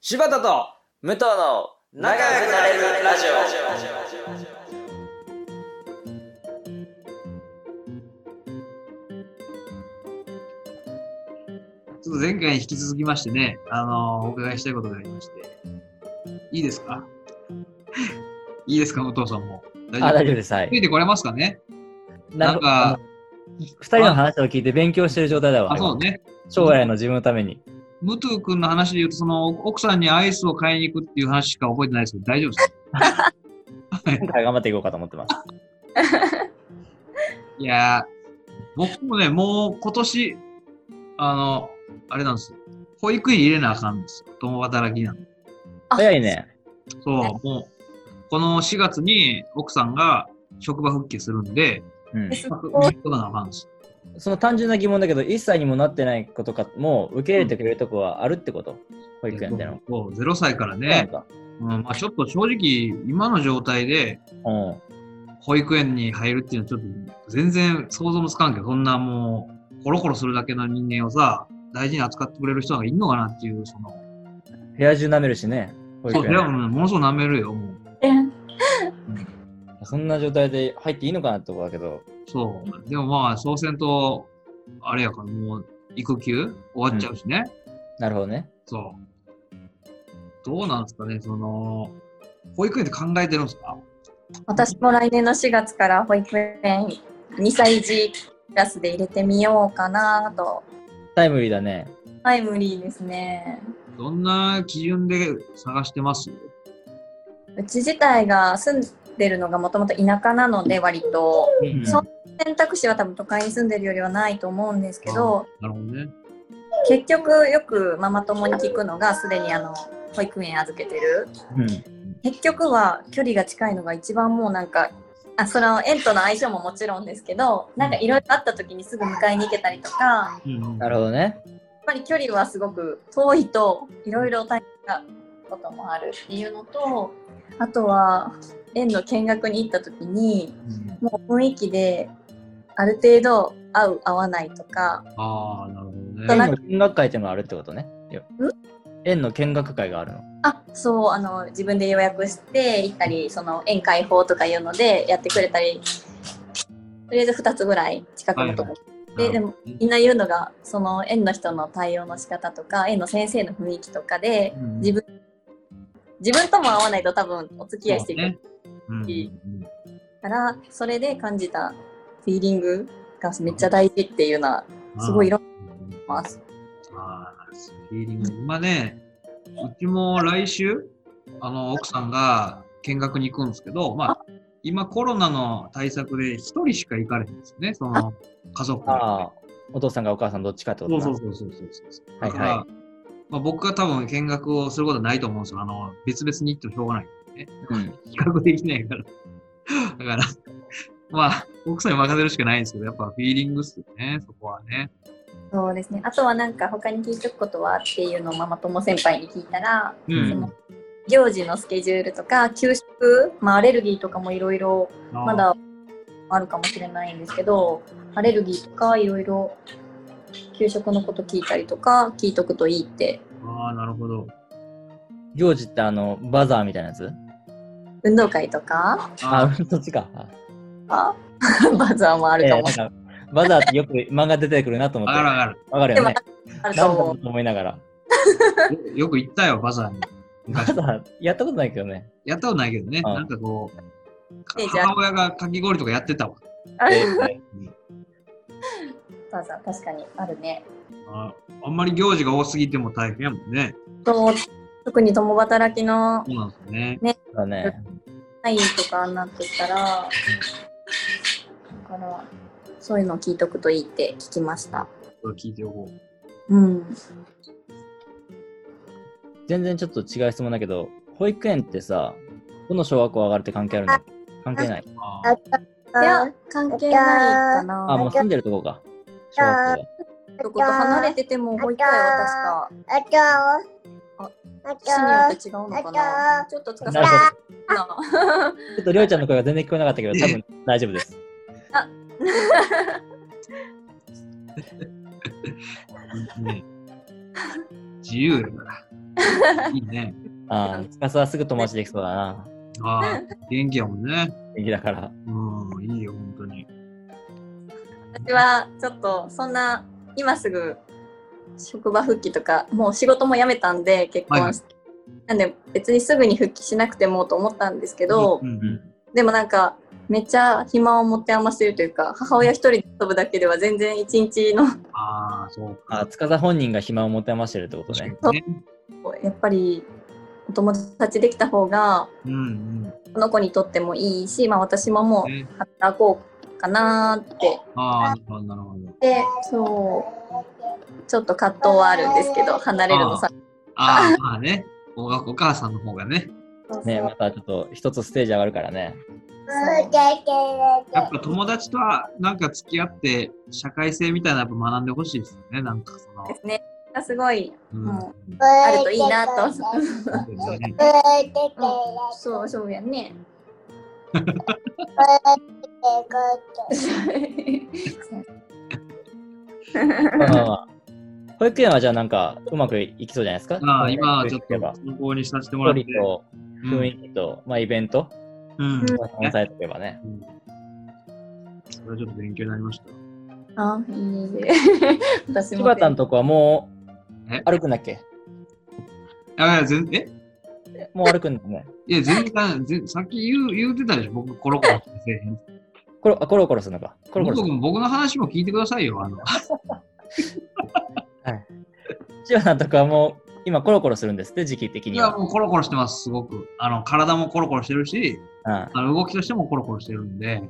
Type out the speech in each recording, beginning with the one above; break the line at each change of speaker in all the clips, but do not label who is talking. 柴田と
武藤の仲良くなれるラジ
ちょっと前回に引き続きましてね、あのお伺いしたいことがありまして、いいですか いいですか、武藤さんも。大
オ。あ、大
夫
丈夫です。はい
つ。いてこれますかね
な
なんか、
二人の話を聞いて勉強してる状態だわ。
あ、そうね。
将来の自分のために。
武藤君の話で言うと、その、奥さんにアイスを買いに行くっていう話しか覚えてないですけど、大丈夫ですか
今回頑張っていこうかと思ってます。
いやー、僕もね、もう今年、あの、あれなんですよ。保育園入れなあかんんですよ。共働きなんで
早いね。
そう、もう、この4月に奥さんが職場復帰するんで、
うん。
見ことがあかんです。
その単純な疑問だけど、1歳にもなってない子とかも受け入れてくれるとこはあるってこと保育園での。
そう、0歳から
なん
ね、
か。
うんまあ、ちょっと正直、今の状態で
うん。
保育園に入るっていうのはちょっと全然想像もつかんけど、そんなもう、コロコロするだけの人間をさ、大事に扱ってくれる人がいるのかなっていう、その、
部屋中舐めるしね。保
そう、
育
でも
園。
ねものすごく舐めるよ、もう。
そんな状態で入っていいのかなってとこだけど。
そう。でもまあ、そうせんと、あれやから、もう、育休終わっちゃうしね。
なるほどね。
そう。どうなんですかね、その、保育園って考えてるんですか
私も来年の4月から保育園2歳児クラスで入れてみようかなと
タイムリーだね。
タイムリーですね
どんな基準で探してます
うち自体が住んでるのがもともと田舎なので割と
うん
そう選択肢は多分都会に住んでるよりはないと思うんですけど
なるほどね。
結局よくママ友に聞くのがすでにあの保育園預けてる
うん。
結局は距離が近いのが一番もうなんかあその園との相性ももちろんですけどなんかいろいろあった時にすぐ迎えに行けたりとか
うん
なるほどね。
やっぱり距離はすごく遠いといろいろ大変なこともあるっていうのとあとは園の見学に行った時にもう雰囲気である程度合う合わないとか
ああ、なるほど
園
ね。
な
の見学会っていうのがあるってことね。よ園の見学会があるの。
あそうあの自分で予約して行ったりその園開放とかいうのでやってくれたりとりあえず2つぐらい近くのとこででもみんな言うのがその園の人の対応の仕方とか園の先生の雰囲気とかで
うん
自分自分とも合わないと多分お付き合いしてい
そう
く
ねうんうんうん
からそ,、れで感じたフィーリングがめっちゃ大事っていうのはすごいいろんなます。
ああ、フィーリング。今ね、うちも来週、あの、奥さんが見学に行くんですけど、まあ、今コロナの対策で一人しか行かれへんですよね、その、家族で
ああ、お父さんがお母さんどっちかってこと
そう
な
そうそうそうそうそう。
はいはい
だからまあ、僕が多分見学をすることはないと思うんですよ。あの、別々に行ってもしょうがない。
うん
比較できないから。 だから、まあ、奥さんに任せるしかないんですけど、やっぱフィーリングっすよね、そこはね。
そうですねあとはなんか他に聞いておくことはっていうのをママ友先輩に聞いたら、
う
そ
ん
の行事のスケジュールとか給食、まあ、アレルギーとかもいろいろまだあるかもしれないんですけどアレルギーとかいろいろ給食のこと聞いたりとか聞いとくといいって
ああ、なるほど。
行事ってあの、バザーみたいなやつ
運動会とか
あ
あ、
そっちか。あ
あバザーもあ
え
る
え
かも
なんかバザーってよく漫画出てくるなと思
あ
って。
がる上
わ
がる
かる
で
よ
も
ね。
あると
なんだ
思
ろ
う
うと思いながら。。
よよく行ったよ、バザーに。
バザー、やったことないけどね。
やったことないけどね、
あ
なんかこう、
ええじゃあ
母親がかき氷とかやってたわ。
バザー確かにあるね
ああんまり行事が多すぎても大変やもんね。
と特に共働きの
そうなんですよね。
だね。
ないとかになってきたらだからそういうのを聞いとくといいって聞きました
これ聞いておこう。
うん
全然ちょっと違う質問だけど、保育園ってさ、どの小学校上がるって関係あるの関係ない。
あ
あ
ー
いや関係ないか
あ、もう
な
住んでるとこか。小学校は。
どこと離れてても保育園は確か
あちゃお。
あ
あち
市によ
ゃ
って違うのかなちょっとつか
な
さ
るほど。
な
ちょっとりょうちゃんの声が全然聞こえなかったけど、多分大丈夫です。
ね自由やから。 いいね。
ああ、司はすぐ友達できそうだな。
ああ、元気やもんね。
元気だから。
うん、いいよ、本当に。
私はちょっとそんな今すぐ職場復帰とかもう仕事も辞めたんで結婚して、なんで別にすぐに復帰しなくてもと思ったんですけど、
うんうん
でもなんかめっちゃ暇を持て余してるというか母親一人で遊ぶだけでは全然一日の
ああ、そう
ああ、
か。
司本人が暇を持て余してるってことね
確。かにね。
やっぱりお友達できた方が
うんうん。
この子にとってもいいし、まあ、私ももう
ね
働こうかなーって
ああ、なるほど、なるほど。
でそうちょっと葛藤はあるんですけど離れるのさ
ああ、まあね。おお母さんの方がね。
ね、またちょっと一つステージ上がるからね。
やっぱ友達とはなんか付き合って社会性みたいなのやっぱ学んでほしいですよね。なんかその。
ですねがすごい
うん。
うんあるといいなと。
そうね
そうそうやね。
まあまあまあ保育園はじゃあなんかうまくいきそうじゃないですか
まあ今はちょっ
聞けば
と参考にさせてもら
距
って
離。と
うん
雰囲気と、まあイベント
うん。
うん
を押さえておけばね。
うんそれはちょっと勉強になりました。
あ、いい ね。私も。
柴田のとこはも
え
う歩くんだっけ
あいや全え
もう歩くんだよね。
いや、全然、全さっき言う言うてたでしょ、僕、コロコロしてせえへん。
コロあコロコロするのか。コロコロす
僕
る。
も僕の話も聞いてくださいよ。あの
柴田のとこはもう今コロコロするんですって、時期的
い
に
や、
は。
もうコロコロしてます、すごく。あの体もコロコロしてるし、
うん
あの動きとしてもコロコロしてるんで、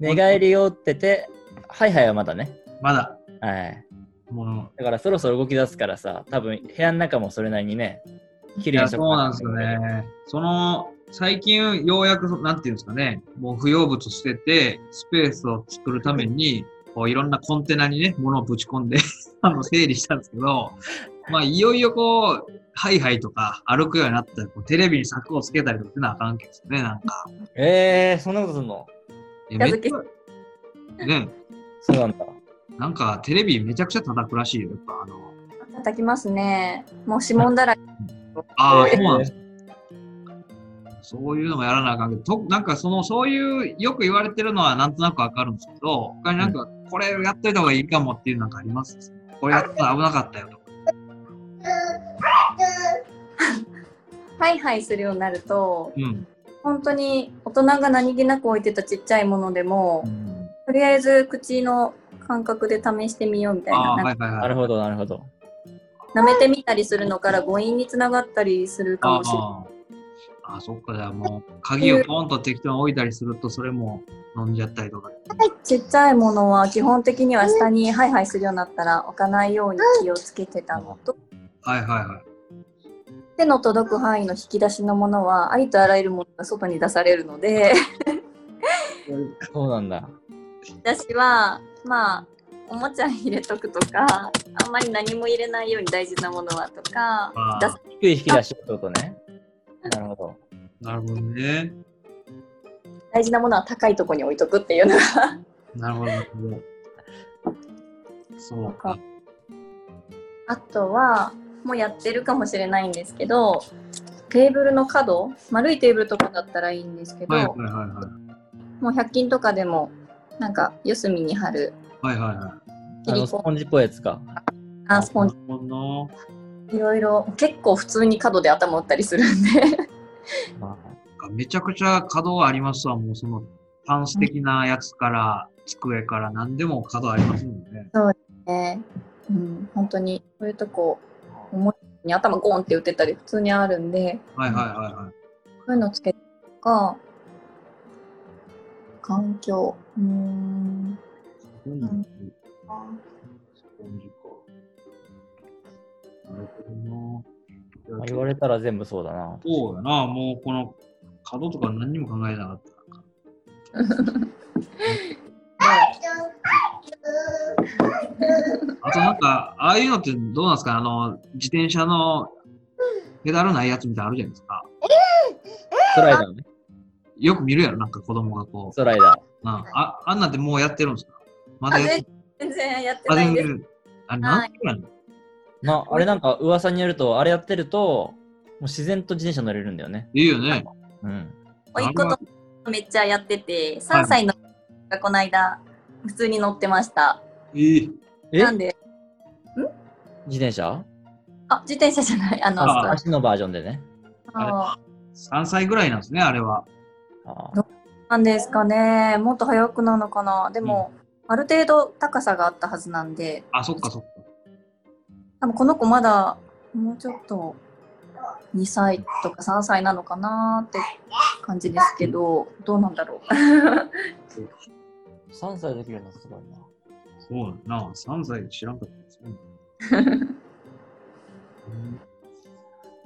寝返りを打ってて、はいはいはまだね。
まだ、
はい。
も
だからそろそろ動き出すからさ、多分部屋の中もそれなりにね、
う、
綺
い
麗
や、
にし
そ
と
う
か
なんですよ。ね。その、最近、ようやく、なんていうんですかね、もう不要物捨てて、スペースを作るために、こういろんなコンテナにね、物をぶち込んで あの、整理したんですけど、まあ、いよいよこう、ハイハイとか歩くようになったら、こうテレビに柵をつけたりとかってのはあかんわけですよね、なんか。
えー、そんなことすんの
え
近
め
づ
っ
け
ちゃ、ね、
そうなんだ。
なんかテレビめちゃくちゃ叩くらしいよ。やっぱあの、
叩きますね。もう指紋だらけ。
ああ、
えー
そうなんですそういうのもやらなあかんけど、となんかその、そういう、よく言われてるのはなんとなくわかるんですけど、他になんか、これやっといた方がいいかもっていうなんかありますこれやったら危なかったよとか。
はいはいするようになると、
うん。
本当に大人が何気なく置いてたちっちゃいものでも、とりあえず口の感覚で試してみようみたい
あ
な。
あ、
なん
は
か
いはいはい。
なるほど、なるほど。
舐めてみたりするのから誤飲につながったりするかもしれな
あ
い。
あああ、そっか、じゃあもう、鍵をポンと適当に置いたりすると、それも飲んじゃったりとか。
ちっちゃいものは基本的には下にハイハイするようになったら置かないように気をつけてたのと
はいはいはい。
手の届く範囲の引き出しのものはありとあらゆるものが外に出されるので
そうなんだ。
私はまあおもちゃ入れとくとかあんまり何も入れないように大事なものはとか
あ
出す
低い引き出しってことね。なるほど。
なるほどね。
大事なものは高いとこに置いとくっていうのが
なるほどなるほど。そうか。
あとはもうやってるかもしれないんですけどテーブルの角丸いテーブルとかだったらいいんですけど、
はいはいはい
もう100均とかでもなんか四隅に貼る
はい。はいはいはい。
切
あ
り
のス
込
ポンジっぽいやつか。
んだスポンジ
なるほど
いろいろ結構普通に角で頭打ったりするん で
なめちゃくちゃ角ありますわ、もうその、パンス的なやつから、机から何でも角ありますもんね。
ね、うん、本当にそういうとこ思いに頭ゴンって打てたり普通にあるんで
はいはいはいはい。
そういうのつけたりとか環境うーん
スポンジ
うん
スポンジか。なるほど
ま
な
あ。言われたら全部そうだな。
そうだな、もうこの角とか何にも考えてなかった。あとなんか、ああいうのってどうなんですかあの、自転車のペダルないやつみたいなのあるじゃないですか。
ストライダーね。
よく見るやろ、なんか子供がこ
ストライ
う。
ダー。
うんああんなんってもうやってるんですかまだ
あ
やっ
全
て
全然やって
あ
ない
全
んです
然あれ、何キロなの
な、あれなんか噂によると、あれやってると、もう自然と自転車乗れるんだよね。
いいよね。
うん。
おいっ子とめっちゃやってて、3歳の子がこの間、普通に乗ってました。
いい。
え
なんで、
自転車
あ、自転車じゃない、あの、
あ
足のバージョンでね。
あの
3歳ぐらいなんですね、あれは。
あ
どなんですかね、もっと早くなのかな。でも、ある程度高さがあったはずなんで、
あ、そっかそっか。
多分この子まだ、もうちょっと、2歳とか3歳なのかなって感じですけど、どうなんだろう。
3歳できるのすごいな。
そうだな、3歳で知らんかったです ね。うん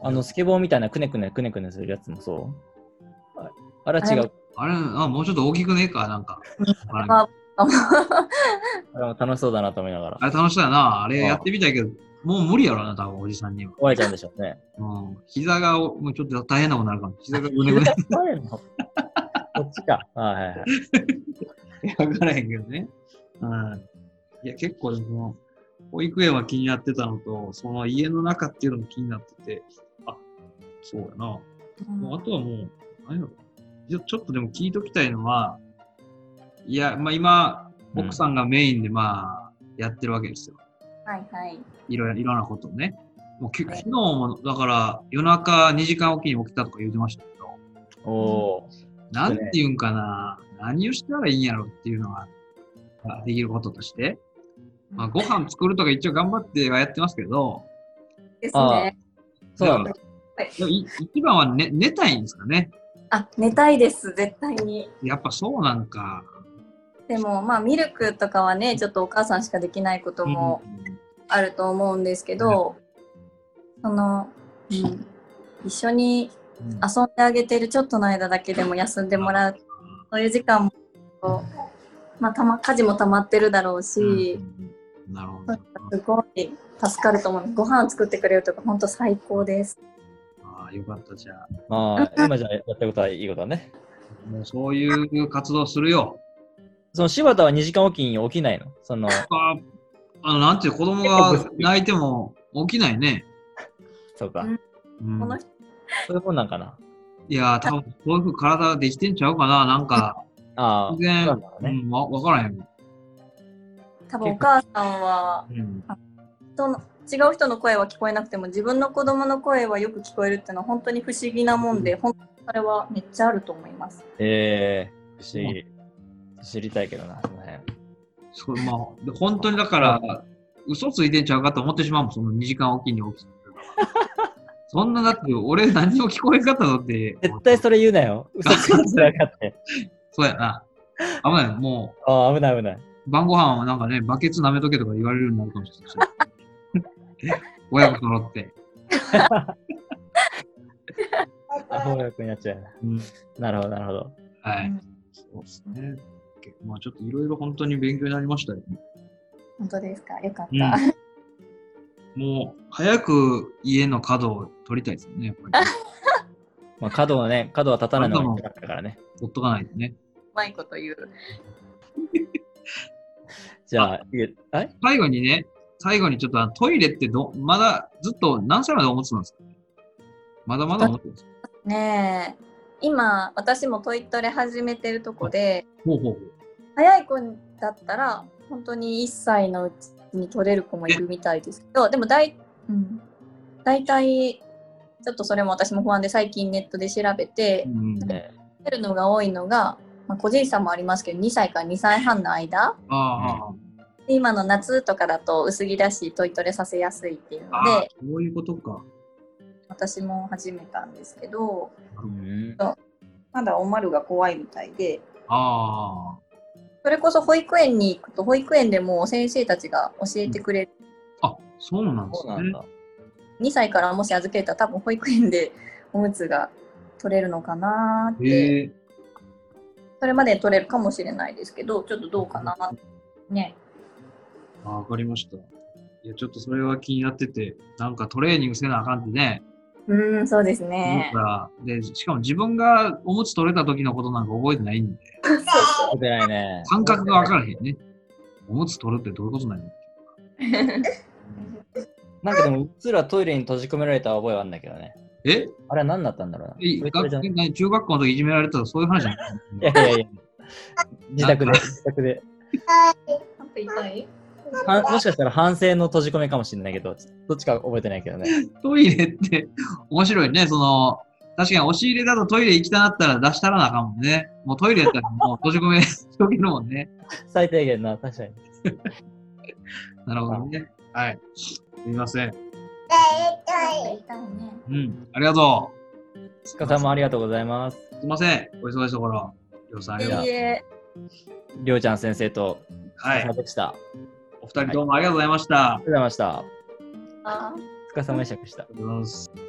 あの、スケボーみたいなくねくねくねくねするやつもそうああれは違う。
あれ、あ、もうちょっと大きくねえか、なん か。わからんけど
まあ、
あれも楽しそうだなと思いながら
あ。れ楽しそうやな。あれやってみたいけど、もう無理やろな、多分おじさんには。
壊れちゃうんでしょう ね。
うん、膝が、もうちょっと大変なことになるかも。膝がぐねぐね。
壊れるのこっちか。はいはいは い。
わからへんけどね。うん。いや、結構その、保育園は気になってたのと、その家の中っていうのも気になってて、あ、そうやな。もうあとはもう、何やろ。いやちょっとでも聞いときたいのは、いや、まあ今、
うん
奥さんがメインでまあ、やってるわけですよ。
はいはい。
いろいろいろんなことをね。もうき
は
昨日
い
も、だから夜中2時間おきに起きたとか言ってましたけど、
おお
なんて言うんかな、何をしたらいいんやろっていうのが、まあできることとして、まあ、ご飯作るとか一応頑張ってはやってますけど、
です
あ
ね。
ー。そうなんだ。
でもい一番は、ね、寝たいんですかね。
あ、寝たいです、絶対に。
やっぱそうなんか。
でも、まあ、ミルクとかはね、ちょっとお母さんしかできないことも
うん
あると思うんですけど、その、うん、一緒に
うん
遊んであげてるちょっとの間だけでも休んでもらうそういう時間も、まあ、たま家事もたまってるだろう
うん
し、
うんなるほど
なんか。すごい助かると思うご飯作ってくれるとか本当最高です
ああ、よかった。じゃあ、
まあ、今じゃやってることはいいことだね。
もうそういう活動するよ。
その柴田は2時間おきに起きないのその、
ああの、なんていう、子供が泣いても起きないね。
そうか
う。ん
うん
この人
そういうもんなんかな。
いやー、多分こういうふうに体ができてんちゃうかな、なんか、
ああ、
全然
そうなんだろう
う
ね。
ん、わ分からへん。
多分お母さんは
うん、
人の違う人の声は聞こえなくても自分の子供の声はよく聞こえるっていうのは本当に不思議なもんで本当にそれはめっちゃあると思います
ええー、不思議。知りたいけどな、その辺。
そう、まあ、で本当にだから、嘘ついてんちゃうかと思ってしまうもん、その2時間おきに起きてる。そんなだって、俺何にも聞こえんかったぞって。
絶対それ言うなよ。嘘つ いてなかったよ。
そうやな。危ない、も
ああ、危ない危ない。
う、晩ご飯はなんかね、バケツ舐めとけとか言われるようになるかもしれない。親子揃って。
あほうやくになっちゃうな。
うん、
なるほど、なるほど。
はい。そうですね。まあ、ちょっといろいろ本当に勉強になりましたよ。
本当ですかよかっ
うん
た、
もう、早く家の角を取りたいですよね、やっぱり。
まあ、角はね、角は立たないのが一番だからね。
取っとかないとね。
うまいこと言う
じゃあ、いえはい
最後にね、最後にちょっとあのトイレってど、まだずっと何歳までお持ちなんですかまだまだお持ちなんですか
ねえ今私もトイトレ始めてるとこで、
ほうほうほう。
早い子だったら本当に1歳のうちに取れる子もいるみたいですけどでもだい、うん、大体ちょっとそれも私も不安で最近ネットで調べて
うん
ね
取れるのが多いのが、まあ、個人差もありますけど2歳から2歳半の間
あ
で今の夏とかだと薄着だしトイトレさせやすいっていう
あ、あ
の
あ
で、
そういうことか。
私も始めたんですけど
うん。
まだおまるが怖いみたいで
あ
それこそ保育園に行くと保育園でもう先生たちが教えてくれる
あ、あ、そうなんで
そ
す
う
ね。
なんだ。
2歳からもし預けたら多分保育園でおむつが取れるのかなーって、
へえ
それまで取れるかもしれないですけどちょっとどうかなーってね
あわかりました。いや、ちょっとそれは気になってて、なんかトレーニングせなあかんってね。
うーんそうです
思っ
ね
たらで、しかも自分がおむつ取れた時のことなんか覚えてないんで、
出てないね。
感覚 がわからへんね。おむつ取るってどういうことなの
うんなんかでも、うっすらトイレに閉じ込められた覚えはあるんだけどね。
え
あれは何だったんだろうな。
え
ベトベ
学
トじゃんい
何中学校の時いじめられたとかそういう話じゃない
やいやいや。自宅で、
なんか
自宅で。
アンプ痛い
はんもしかしたら反省の閉じ込めかもしれないけど、どっちか覚えてないけどね。
トイレって面白いね。その、確かに押し入れだとトイレ行きたなったら出したらなあかんもんね。もうトイレやったらもう閉じ込めしとけるもんね。
最低限な、確かに。
なるほどね。はい。すみません。
痛いね。
うん。ありがと
塚さんもありがとうございます。
う。すみません。お忙しいところ。りょうさんありがとう。
いえ
りょうちゃん先生と、
は
お疲
い。
れ様でした。あり
お二人どうもありがとうございました。あ
がとうございました。
あー
塚さんも会釈した。
りがとうございます。